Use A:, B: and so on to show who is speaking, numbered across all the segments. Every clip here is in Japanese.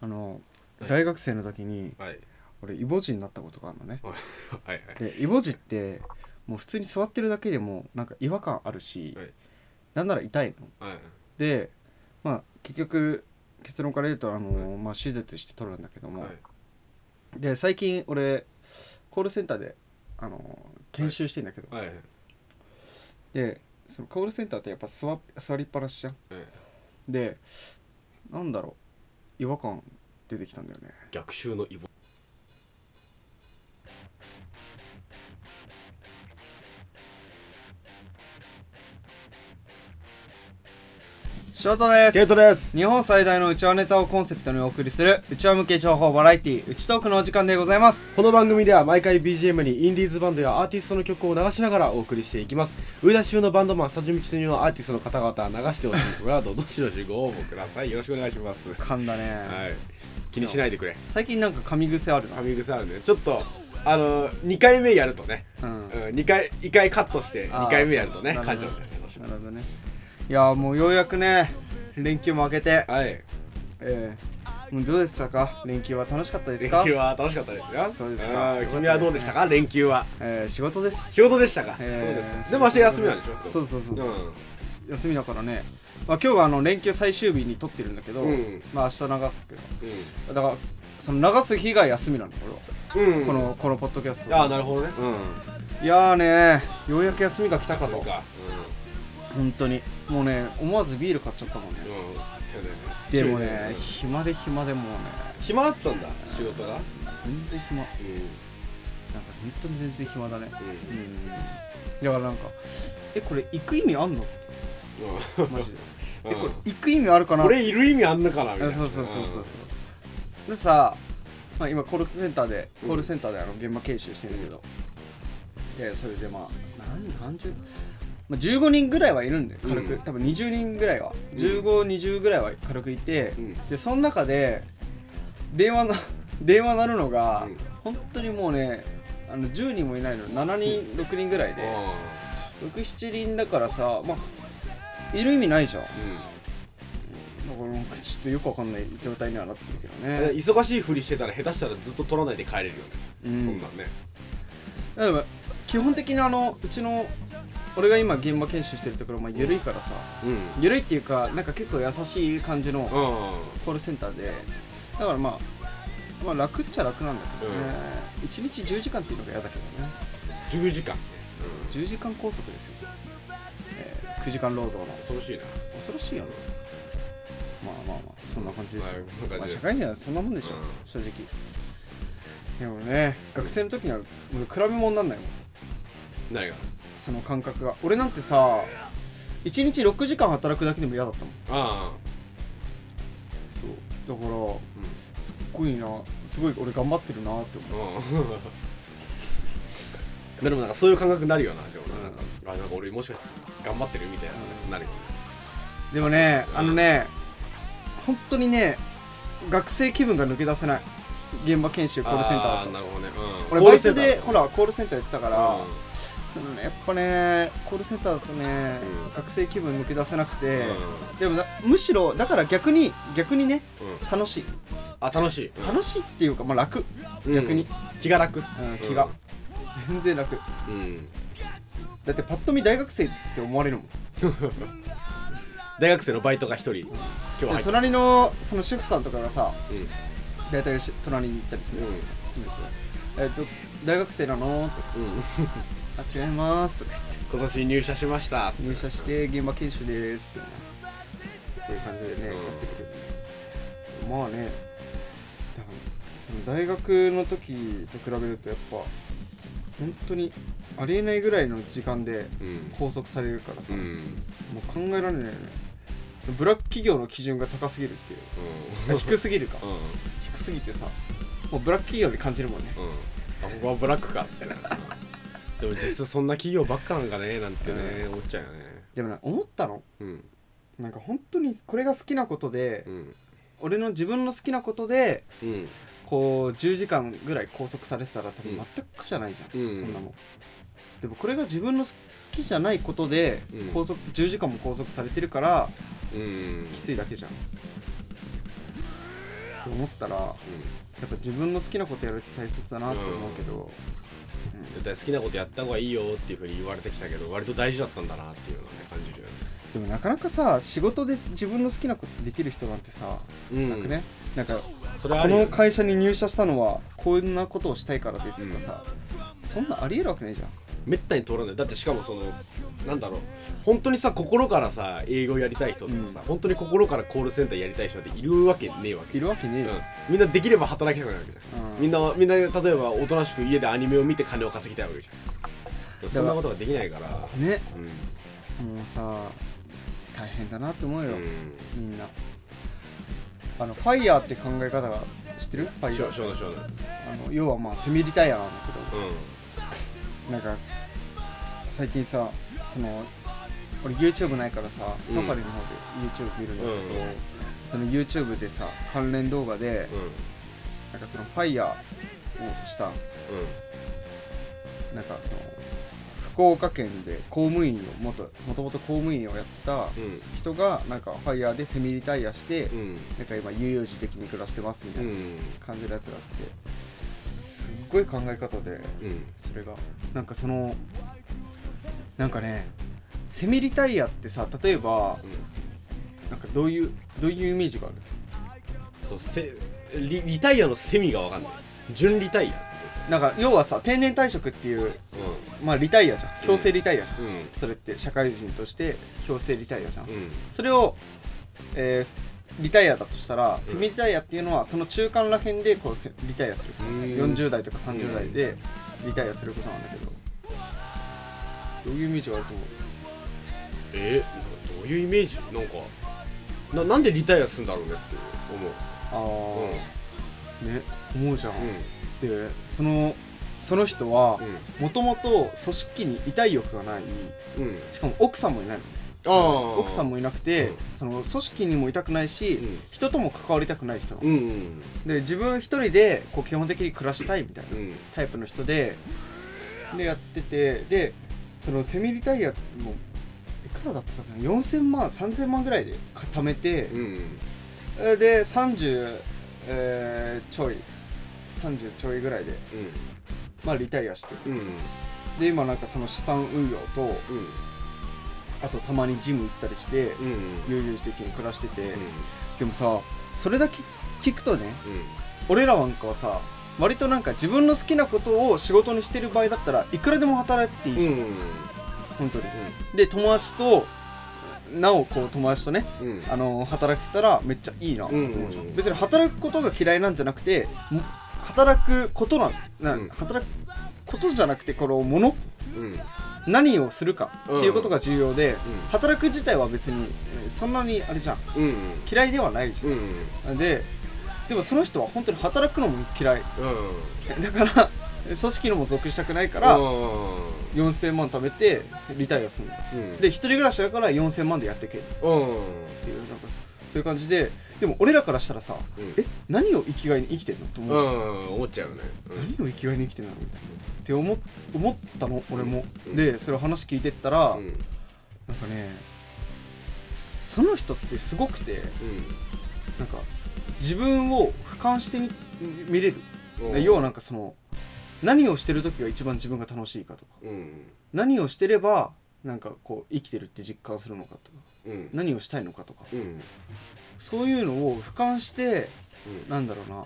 A: あの
B: はい
A: 大学生の時に
B: はい
A: 俺イボ痔になったことがあるのね
B: はいはい
A: でイボ痔ってもう普通に座ってるだけでもなんか違和感あるし、
B: はい
A: なんなら痛いの
B: はい
A: でまあ結局結論から言うとあのー、まあ、手術して取るんだけども、
B: はい
A: で最近俺コールセンターであのー研修してんだけど、
B: はいはい
A: でそのコールセンターってやっぱ座座りっぱなしじゃんでなんだろう違和感出てきたんだよね
B: 逆襲のイボ
A: ショートです
B: トです
A: 日本最大のうちわネタをコンセプトにお送りするうちわ向け情報バラエティうちトークのお時間でございます
C: この番組では毎回 BGM にインディーズバンドやアーティストの曲を流しながらお送りしていきます売り出し中のバンドマンスタジオミキ専用のアーティストの方々は流してほしいワー ドをどしどしご応募くださいよろしくお願いしますは
A: 噛んだね、
B: い気にしないでくれ
A: 最近なんか噛み癖あるな、
B: 髪癖あるねちょっとあの2回目やるとね、
A: うん
B: うん、2回1回カットして
A: あー
B: 2回目やるとね
A: そうな
B: 感
A: るほ
B: 情
A: ど
B: になりまし
A: なるほどねいやーもうようやくね連休も明けて
B: た、はい
A: えー、もうどうでしたか連休は楽しかったです
B: 連
A: か
B: 休は楽しかったですよ
A: そうですか
B: ん君はどうでしたか連休は
A: えー仕事です
B: 仕事でしたか、
A: えー
B: そうですかでも明日休みなんでしょ
A: そうそうそうそううん休みだからね、まあ、今日はあの連休最終日に撮ってるんだけど、
B: うん
A: まあ明日流すけどだからその流す日が休みなの俺は、
B: うん、うん、
A: このこのポッドキャスト
B: ああなるほどねうん
A: いやーねようやく休みが来たか
B: 高
A: と
B: とか
A: 本当にもうね思わずビール買っちゃったもんね
B: うん、うん、
A: でもね暇で暇でもうね
B: 暇だったんだ仕事が
A: 全然暇なんか
B: うん
A: 本当に全然暇だね
B: う
A: うんだからなんかえこれ行く意味あんの
B: ん
A: マジで
B: うん
A: えこれ行く意味あるかな
B: 俺いる意味あんのかなみたい
A: あ
B: な
A: そうそうそうそうそうでさ、まあ、今コールセンターでコールセンターであの現場研修してるんだけど、でそれでまあ何何十、まあ、15人ぐらいはいるんだよ軽く、
B: うん
A: 多分20人ぐらいは
B: ん
A: 1520ぐらいは軽くいて、
B: うん
A: でその中で電話な 電話なるのが、
B: うん
A: 本当にもうねあの10人もいないの7人6人ぐらいで
B: う
A: 67人だからさまあいる意味ないじゃんだか
B: んうん
A: らなんかちょっとよくわかんない状態にはなってるけどね
B: え忙しいふりしてたら下手したらずっと取らないで帰れるよね、
A: うん
B: そんなんね
A: だから基本的にあのうちの俺が今現場研修してるところまあ緩いからさ
B: うん
A: 緩いっていうかなんか結構優しい感じの
B: うん
A: コールセンターでだからまあまあ楽っちゃ楽なんだけどね、1日10時間っていうのが嫌だけどね
B: 10時間、
A: 10時間拘束ですよ、えー、9時間労働の
B: 恐ろしいな
A: 恐ろしいよねまあまあまあそんな感じですよ、
B: まあこんな
A: ま
B: 感
A: あ、
B: じ
A: 社
B: です
A: 会人はそんなもんでしょ、
B: うん
A: 正直でもね学生の時にはもう比べ物になんないもん
B: 何が
A: その感覚が俺なんてさ1日6時間働くだけでも嫌だったもん
B: ああ
A: そうだから
B: うん
A: すっごいなすごい俺頑張ってるなって思う
B: うん でもなんかそういう感覚になるよなでもななんか、あなんか俺もしかして頑張ってるみたいな、なるよね
A: でもね
B: うん
A: あのね本当にね学生気分が抜け出せない現場研修コールセンターだ
B: あ
A: と
B: なるほどね、うん、
A: 俺バイ
B: セ
A: ト
B: ンター
A: でほらコールセンターやってたか
B: だ
A: ら、
B: うん
A: そのねやっぱねコールセンターだとね、
B: うん
A: 学生気分抜け出せなくて、
B: う
A: でもなむしろだから逆に逆にね
B: んうん
A: 楽しい
B: あ楽しい、うん
A: 楽しいっていうか、まあ、楽、
B: うん
A: 逆に、
B: 気が楽、
A: うん、気が、全然楽
B: うん、
A: だってパッと見大学生って思われるもん
B: 大学生のバイトが一人今日入
A: で
B: った、
A: 隣のその主婦さんとかがさ
B: うん
A: 大体し隣に行ったりする、
B: うん
A: するとえっと大学生なの?」とか
B: うん、
A: 「あ違います」とか言
B: 今年入社しました
A: って「入社して現場研修です」ってっていう感じでね、
B: うん
A: やってるけどねまあねでもその大学の時と比べるとやっぱ本当にありえないぐらいの時間で
B: うん
A: 拘束されるからさ、
B: うん、う
A: も
B: ん
A: う考えられないよねブラック企業の基準が高すぎるっていうあ低すぎるか
B: うん、うん、
A: 低すぎてさもうブラック企業に感じるもんね
B: あここはブラックかっ つってなでも実際そんな企業ばっかなんかねなんてね、思っちゃうよね
A: でもな思ったの
B: うん
A: なんか本当にこれが好きなことで、
B: うん
A: 俺の自分の好きなことで
B: うん
A: こう10時間ぐらい拘束されてたら多分
B: うん
A: 全く苦じゃないじゃん、
B: うん
A: そんなもんでもこれが自分の好きじゃないことで
B: うん
A: 拘束、10時間も拘束されてるから
B: うん
A: きついだけじゃん思ったらや
B: う
A: っぱ自分の好きなことやるって大切だなって思うけど、
B: ん、絶対好きなことやった方がいいよっていうふうに言われてきたけど割と大事だったんだなっていうのはね感じるよね
A: でもなかなかさ仕事で自分の好きなことできる人なんてさ、
B: うん
A: なくねなんか
B: それはあ
A: こ
B: るよね
A: の会社に入社したのはこんなことをしたいからですとかさ、そんなありえるわけないじゃん
B: めったに通らないだってしかもそのなんだろう本当にさ心からさ営業やりたい人とかさ、
A: うん
B: 本当に心からコールセンターやりたい人っているわけねえわけ
A: いるわけねえよ、
B: うん、みんなできれば働きたくなるわけじゃん、
A: うん
B: みんなみんな例えばおとなしく家でアニメを見て金を稼ぎたいわけじゃんそんなことができないから
A: ね
B: うん、
A: もうさ大変だなって思う
B: う
A: よ、
B: ん、
A: みんなあのファイヤーって考え方が知ってるファイ
B: し
A: ヤ
B: ょし
A: ー
B: ょうのしょうの
A: あの要はまあセミリタイアなんだけどなんか最近さその俺 YouTube ないからさサファリの方で YouTube 見るんだけど、
B: うん
A: その YouTube でさ関連動画で
B: うん
A: なんかそのファイヤーをした
B: うんうん
A: なんかその福岡県で公務員を元元々公務員をやった人がなんかファイヤーでセミリタイアして、
B: うんうん
A: なんか今悠々自適に暮らしてますみた
B: う
A: いなん感じのやつがあってすっごい考え方で
B: うん
A: それがなんかそのなんかねセミリタイアってさ例えばなんかどういうどういうイメージがある
B: そうせリリタイアのセミがわかんない準リタイア
A: なんか要はさ定年退職っていう
B: う
A: まあリタイアじゃん強制リタイアじゃん、
B: んうん
A: それって社会人として強制リタイアじゃん、
B: うん
A: それを、えーすリタイアだとしたら、セミリタイアっていうのはその中間らへんでこうせリタイアする40代とか30代でリタイアすることなんだけど、どういうイメージがあると思う
B: えー、どういうイメージなんかななんでリタイアするんだろうねって思う
A: ああ、ね思うじゃん、
B: うん
A: でそのその人は
B: うん
A: もともと組織に痛い欲がない
B: うんうん
A: しかも奥さんもいないの
B: ああ
A: 奥さんもいなくて、
B: うん
A: その組織にもいたくないし、
B: うん
A: 人とも関わりたくない人なの、
B: うんうん
A: で自分一人でこう基本的に暮らしたいみたいな
B: うん
A: タイプの人ででやっててでそのセミリタイアもいくらだったかな4000万3000万ぐらいで固めて
B: う、ん
A: えで30、えーちょい30ちょいぐらいで、
B: うん
A: まあ、リタイアして
B: うん
A: で今なんかその資産運用と
B: うん
A: あとたまにジム行ったりして
B: うんうん
A: 悠々自適に暮らしてて、でもさそれだけ聞くとね
B: うん
A: 俺らなんかはさ割となんか自分の好きなことを仕事にしてる場合だったらいくらでも働いてていいじゃん、
B: うん
A: 本当にで友達となおこう友達とね
B: うんうん
A: あの働けたらめっちゃいいなって思うじゃん、
B: うんうんうん
A: 別に働くことが嫌いなんじゃなくても働くことなんな
B: うん
A: 働くことじゃなくてこのもの
B: うん
A: 何をするかっていうことが重要で、
B: うん
A: 働く自体は別にえーそんなにあれじゃん
B: うんうん
A: 嫌いではないじ
B: うん
A: ゃん、ででもその人は本当に働くのも嫌い
B: うん
A: だから組織のも属したくないか、
B: からう
A: 4000万貯めてリタイアするの
B: ん
A: で一人暮らしだから4000万でやってけ
B: うん
A: っていうなんかそういう感じででも俺らからしたらさ、
B: うん
A: え何を生きがいに生きてんのと思
B: う
A: うじゃん、
B: ん思っちゃうねうん
A: 何を生きがいに生きてんのみたいなって思思ったの俺も、
B: うん
A: でそれを話聞いてったら、
B: うん
A: なんかねその人ってすごくてなんか自分を俯瞰してみ見れる、
B: うん
A: で要はなんかその何をしてる時が一番自分が楽しいかとか
B: うん
A: 何をしてればなんかこう生きてるって実感するのかとか
B: うん
A: 何をしたいのかとか
B: うんうん
A: そういうのを俯瞰してなんだろうな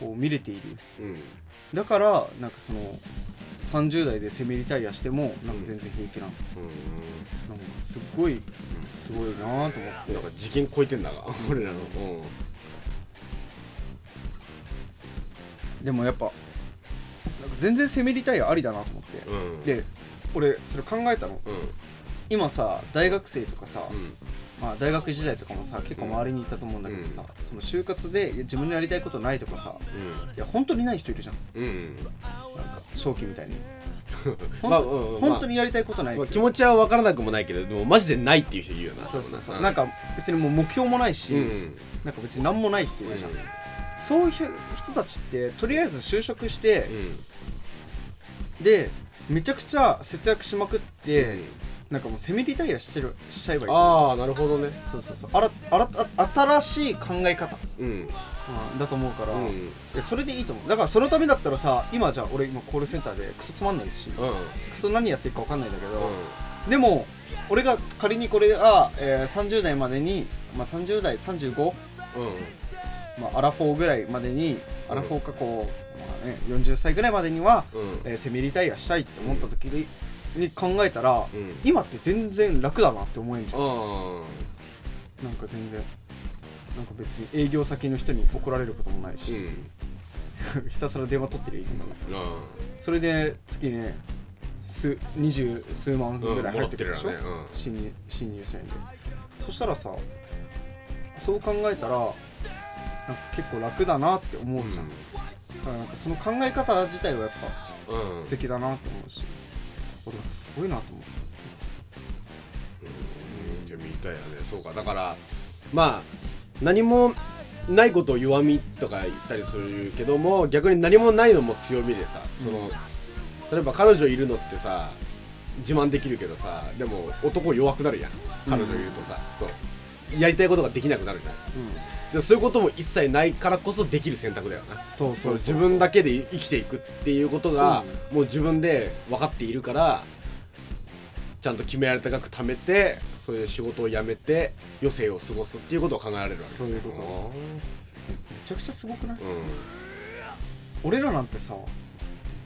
A: こう見れている
B: うん
A: だからなんかその30代でセミリタイアしてもなんか全然平気なの、
B: う
A: な
B: ん
A: んかすっごいすごいなと思って
B: なんか次元超えてんだが俺らの
A: でもやっぱなんか全然セミリタイアありだなと思って、
B: うんうん
A: で俺それ考えたの
B: うん
A: 今さ大学生とかさ、
B: うん
A: まあ、大学時代とかもさ結構周りにいたと思うんだけどさ、その就活でいや自分のやりたいことないとかさいや本当にない人いるじゃん
B: うんうん
A: なんか正気み たいに本当,、
B: まあうんうんまあ
A: 本当にやりたいことない人、
B: まあ気持ちは分からなくもないけどでもマジでないっていう人いるよな
A: そうそうそう、
B: ん
A: なんか別にもう目標もないし、
B: うんうん
A: なんか別に何もない人いるじゃん、
B: う
A: そういう人たちってとりあえず就職して、
B: ん
A: でめちゃくちゃ節約しまくって、
B: うん
A: なんかもうセミリタイアしてるしちゃえばいい
B: ああなるほどね
A: そうそうそうあらあらあ新しい考え方
B: うん
A: うんだと思うから、
B: うんう
A: い
B: ん
A: やそれでいいと思うだからそのためだったらさ今じゃあ俺今コールセンターでクソつまんないし、
B: うん
A: クソ何やってるか分かんないんだけど、でも俺が仮にこれが、えー30代までに、まあ、30代35、
B: うん
A: まあ、アラフォーぐらいまでに
B: うん
A: アラフォーかこう、まあね、40歳ぐらいまでには、
B: うん
A: えーセミリタイアしたいって思った時に,、に考えたら、
B: うん
A: 今って全然楽だなって思えんじゃん
B: あ
A: なんか全然なんか別に営業先の人に怒られることもない
B: ーう
A: し、
B: ん
A: ひたすら電話取ってりゃいいんだから
B: あ
A: それで月ね数二十数万
B: ーう
A: ぐ
B: ん
A: らい
B: も
A: 入
B: ら
A: っ
B: ってて
A: くる
B: る
A: で
B: よ
A: しょ、
B: ねうん
A: 新入新入社員でそしたらさそう考えたらなんか結構楽だなって思うじゃん、だからなんかその考え方自体はやっ
B: うんう
A: ぱ
B: ん
A: 素敵だなって思うし、俺はすごいなと思う
B: うんじゃあ見たいよねそうかだからまあ何もないことを弱みとか言ったりするけども逆に何もないのも強みでさその、
A: うん
B: 例えば彼女いるのってさ自慢できるけどさでも男弱くなるやん彼女いるとさ、そうやりたいことができなくなるじゃんでもそういうことも一切ないからこそできる選択だよな
A: そう
B: そ
A: そうう
B: 自分だけで生きていくっていうこと
A: そ
B: が
A: うね
B: もう自分で分かっているからちゃんと決められた額貯めてそういう仕事を辞めて余生を過ごすっていうことを考えられるわけ
A: そういうこめちゃくちゃすごくない
B: うん
A: 俺らなんてさ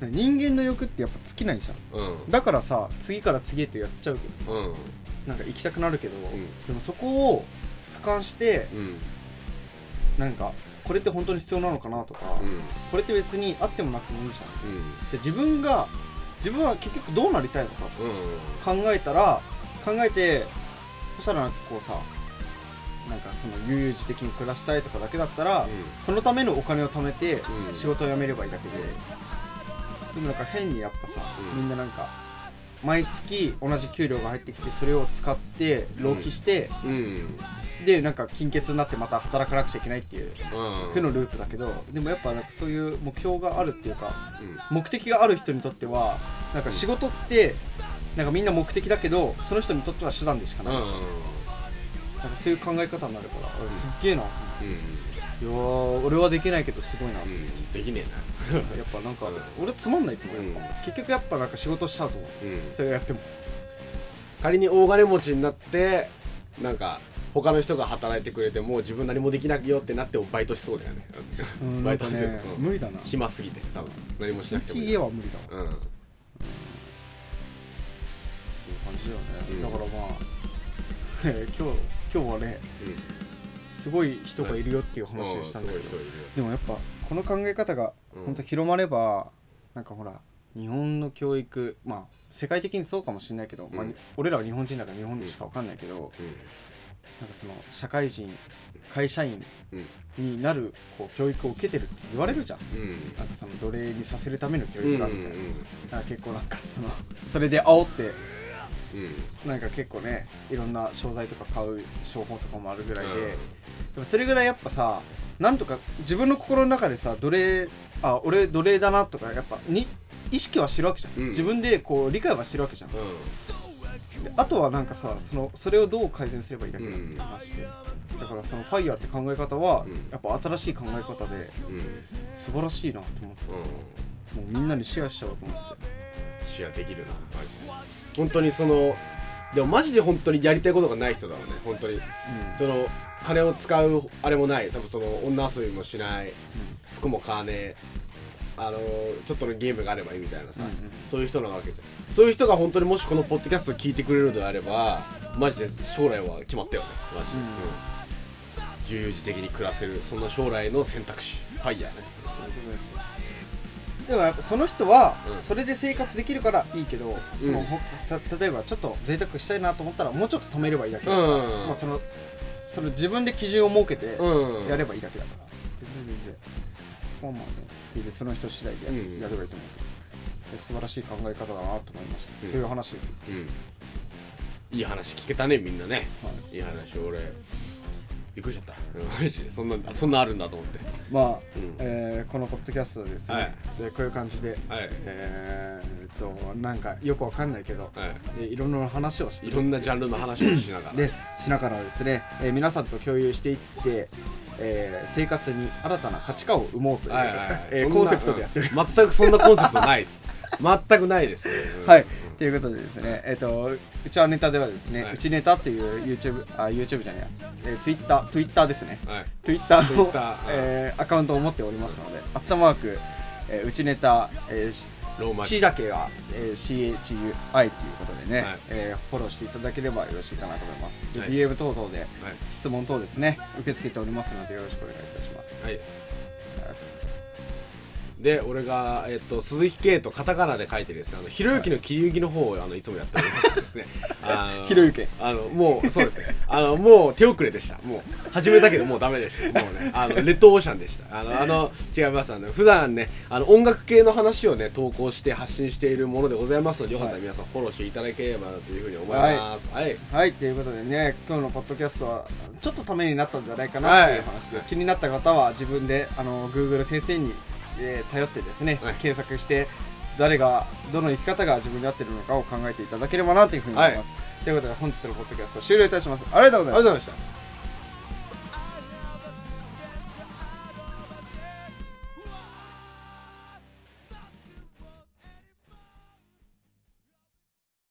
A: 人間の欲ってやっぱ尽きないじゃん
B: うん
A: だからさ次から次へとやっちゃうけどさ、
B: うんうん
A: なんか行きたくなるけど、
B: ん
A: でもそこを俯瞰して
B: うん
A: なんかこれって本当に必要なのかなとか、
B: うん
A: これって別にあってもなくてもいいじゃんじゃあ自分が自分は結局どうなりたいのかと
B: うん
A: 考えたら考えてそしたらなんかこうさなんかその悠々自適に暮らしたいとかだけだったら、
B: うん
A: そのためのお金を貯めて
B: うん
A: 仕事を辞めればいいだけで、でもなんか変にやっぱさ、
B: うん
A: みんななんか毎月同じ給料が入ってきてそれを使って浪費して、
B: うんうん
A: でなんか金欠になってまた働かなくちゃいけないっていう
B: うん
A: 負のループだけどでもやっぱなんかそういう目標があるっていうか
B: うん
A: 目的がある人にとってはなんか仕事ってなんかみんな目的だけどその人にとっては手段でしか
B: う
A: ない、
B: ん
A: なんかそういう考え方になるから俺すっげえなと思
B: う
A: っ
B: ん
A: ていやー俺はできないけどすごいな、
B: う
A: や
B: んできね
A: っぱなんか俺つまんないと思う、やっぱ結局やっぱなんか仕事しちゃうと思う
B: えなうん
A: それやっても
B: 仮に大金持ちになってなんか他の人が働いてくれても自分何もできなくよってなってもバイトしそうだよね
A: うん
B: バイトし
A: な
B: て
A: んか
B: る
A: ね無理だな
B: 暇すぎて多分何もしなくてもいい
A: 家は無理だわ
B: うん
A: そういう感じだよね、
B: うん
A: だからまあ 今日今日はねすごい人がいるよっていう
B: うん
A: 話をしたんだけ
B: す
A: ど
B: ごい人いる
A: でもやっぱこの考え方が
B: うん
A: 本当広まれば、なんかほら日本の教育まあ世界的にそうかもしれないけど、まあ
B: うん
A: 俺らは日本人だから日本でしかわかんないけど、なんかその社会人会社員
B: うん
A: になるこう教育を受けてるって言われるじゃん。
B: うんうん
A: なんかその奴隷にさせるための教
B: うんう
A: 育
B: ん
A: だみたいな,、なんか結構なんかそのそれで煽ってなんか結構ねいろんな商材とか買う商法とかもあるぐらいで、でもそれぐらいやっぱさなんとか自分の心の中でさ奴隷あ俺奴隷だなとかやっぱに意識はしてるわけじゃん、
B: うん
A: 自分でこう理解はしてるわけじゃん、
B: う
A: であとはなんかさそのそれをどう改善すればいいだけだって
B: う
A: い
B: ん
A: う話で、だからそのファイヤーって考え方は、
B: うん
A: やっぱ新しい考え方で
B: んうん
A: 素晴らしいなと思って
B: うん
A: もうみんなにシェアしちゃおうと思って
B: シェアできるなマジで本当にそのでもマジで本当にやりたいことがない人だろうね本当にその金を使うあれもない多分その女遊びもしない服も買わねえあのちょっとのゲームがあればいいみたいなさ、
A: うんうん
B: そういう人なわけじゃんそういう人が本当にもしこのポッドキャストを聞いてくれるのであればマジで将来は決まったよねマジで、
A: うん
B: うん悠々自適に暮らせるそんな将来の選択肢ファイヤーね
A: そういうことですよでもやっぱその人は
B: うん
A: それで生活できるからいいけど、その
B: うん
A: ほた例えばちょっと贅沢したいなと思ったらもうちょっと止めればいいだけだから、
B: うん
A: まあ、そのその自分で基準を設けて
B: うん
A: やればいいだけだから、全然全然そこはまあね全然その人次第でや,、
B: うん
A: ればいいと思うけど素晴らしい考え方だなと思いました、
B: うん
A: そういう話ですよ、
B: うんいい話聞けたねみんなね
A: はい
B: いい話俺びっくりしちゃったうんマジでそんなそんなあるんだと思って
A: まあ、
B: うん
A: えーこのポッドキャストでですね、
B: はい
A: でこういう感じで
B: はい
A: えーっとなんかよくわかんないけど、
B: はい
A: でいろんな話をして
B: いろんなジャンルの話をしながら
A: でしながらですね、えー皆さんと共有していって、えー生活に新たな価値観を生もうという、
B: はいはいはい
A: えー
B: そんな
A: コンセプトでやっております
B: うん全くそんなコンセプトないです 全くないですね、うん
A: はい、ということでですね、えっ、と、うちはネタではですね、
B: はいう
A: ちネタっていう YouTube、あ、YouTube じゃないや、えー、Twitter、Twitter ですね。
B: はい
A: Twitter の
B: Twitter はい
A: えーアカウントを持っておりますので、アットマーク、えーうちネタ、えーし
B: ローマ字
A: C だけは、えー CHUI ということでね、
B: はい
A: えーフォローしていただければよろしいかなと思います。で
B: はい
A: DM 等々で
B: はい
A: 質問等ですね、受け付けておりますので、よろしくお願いいたします。
B: はいで俺が、えっと、鈴木圭とカタカナで書いてですねあのひろゆきの切り抜きの方をあのいつもやっておりましてですねあの
A: ひろゆき
B: あのもうそうですねあのもう手遅れでしたもう始めたけどもうダメでしたもうねあのレッドオーシャンでしたあのあの違いますあの普段ねあの音楽系の話をね投稿して発信しているものでございますのでよかったら皆さんフォローしていただければなというふうに思いますはい、
A: はい、ということでね、今日のポッドキャストはちょっとためになったんじゃないかなっていう話で、
B: はい
A: 気になった方は自分であの Google 先生に、えー頼ってですね、
B: はい
A: 検索して、誰が、どの生き方が自分に合ってるのかを考えていただければなというふうに思います。ということで、本日のポッドキャスト終了いたします。ありがとうございました
B: ありがとうございました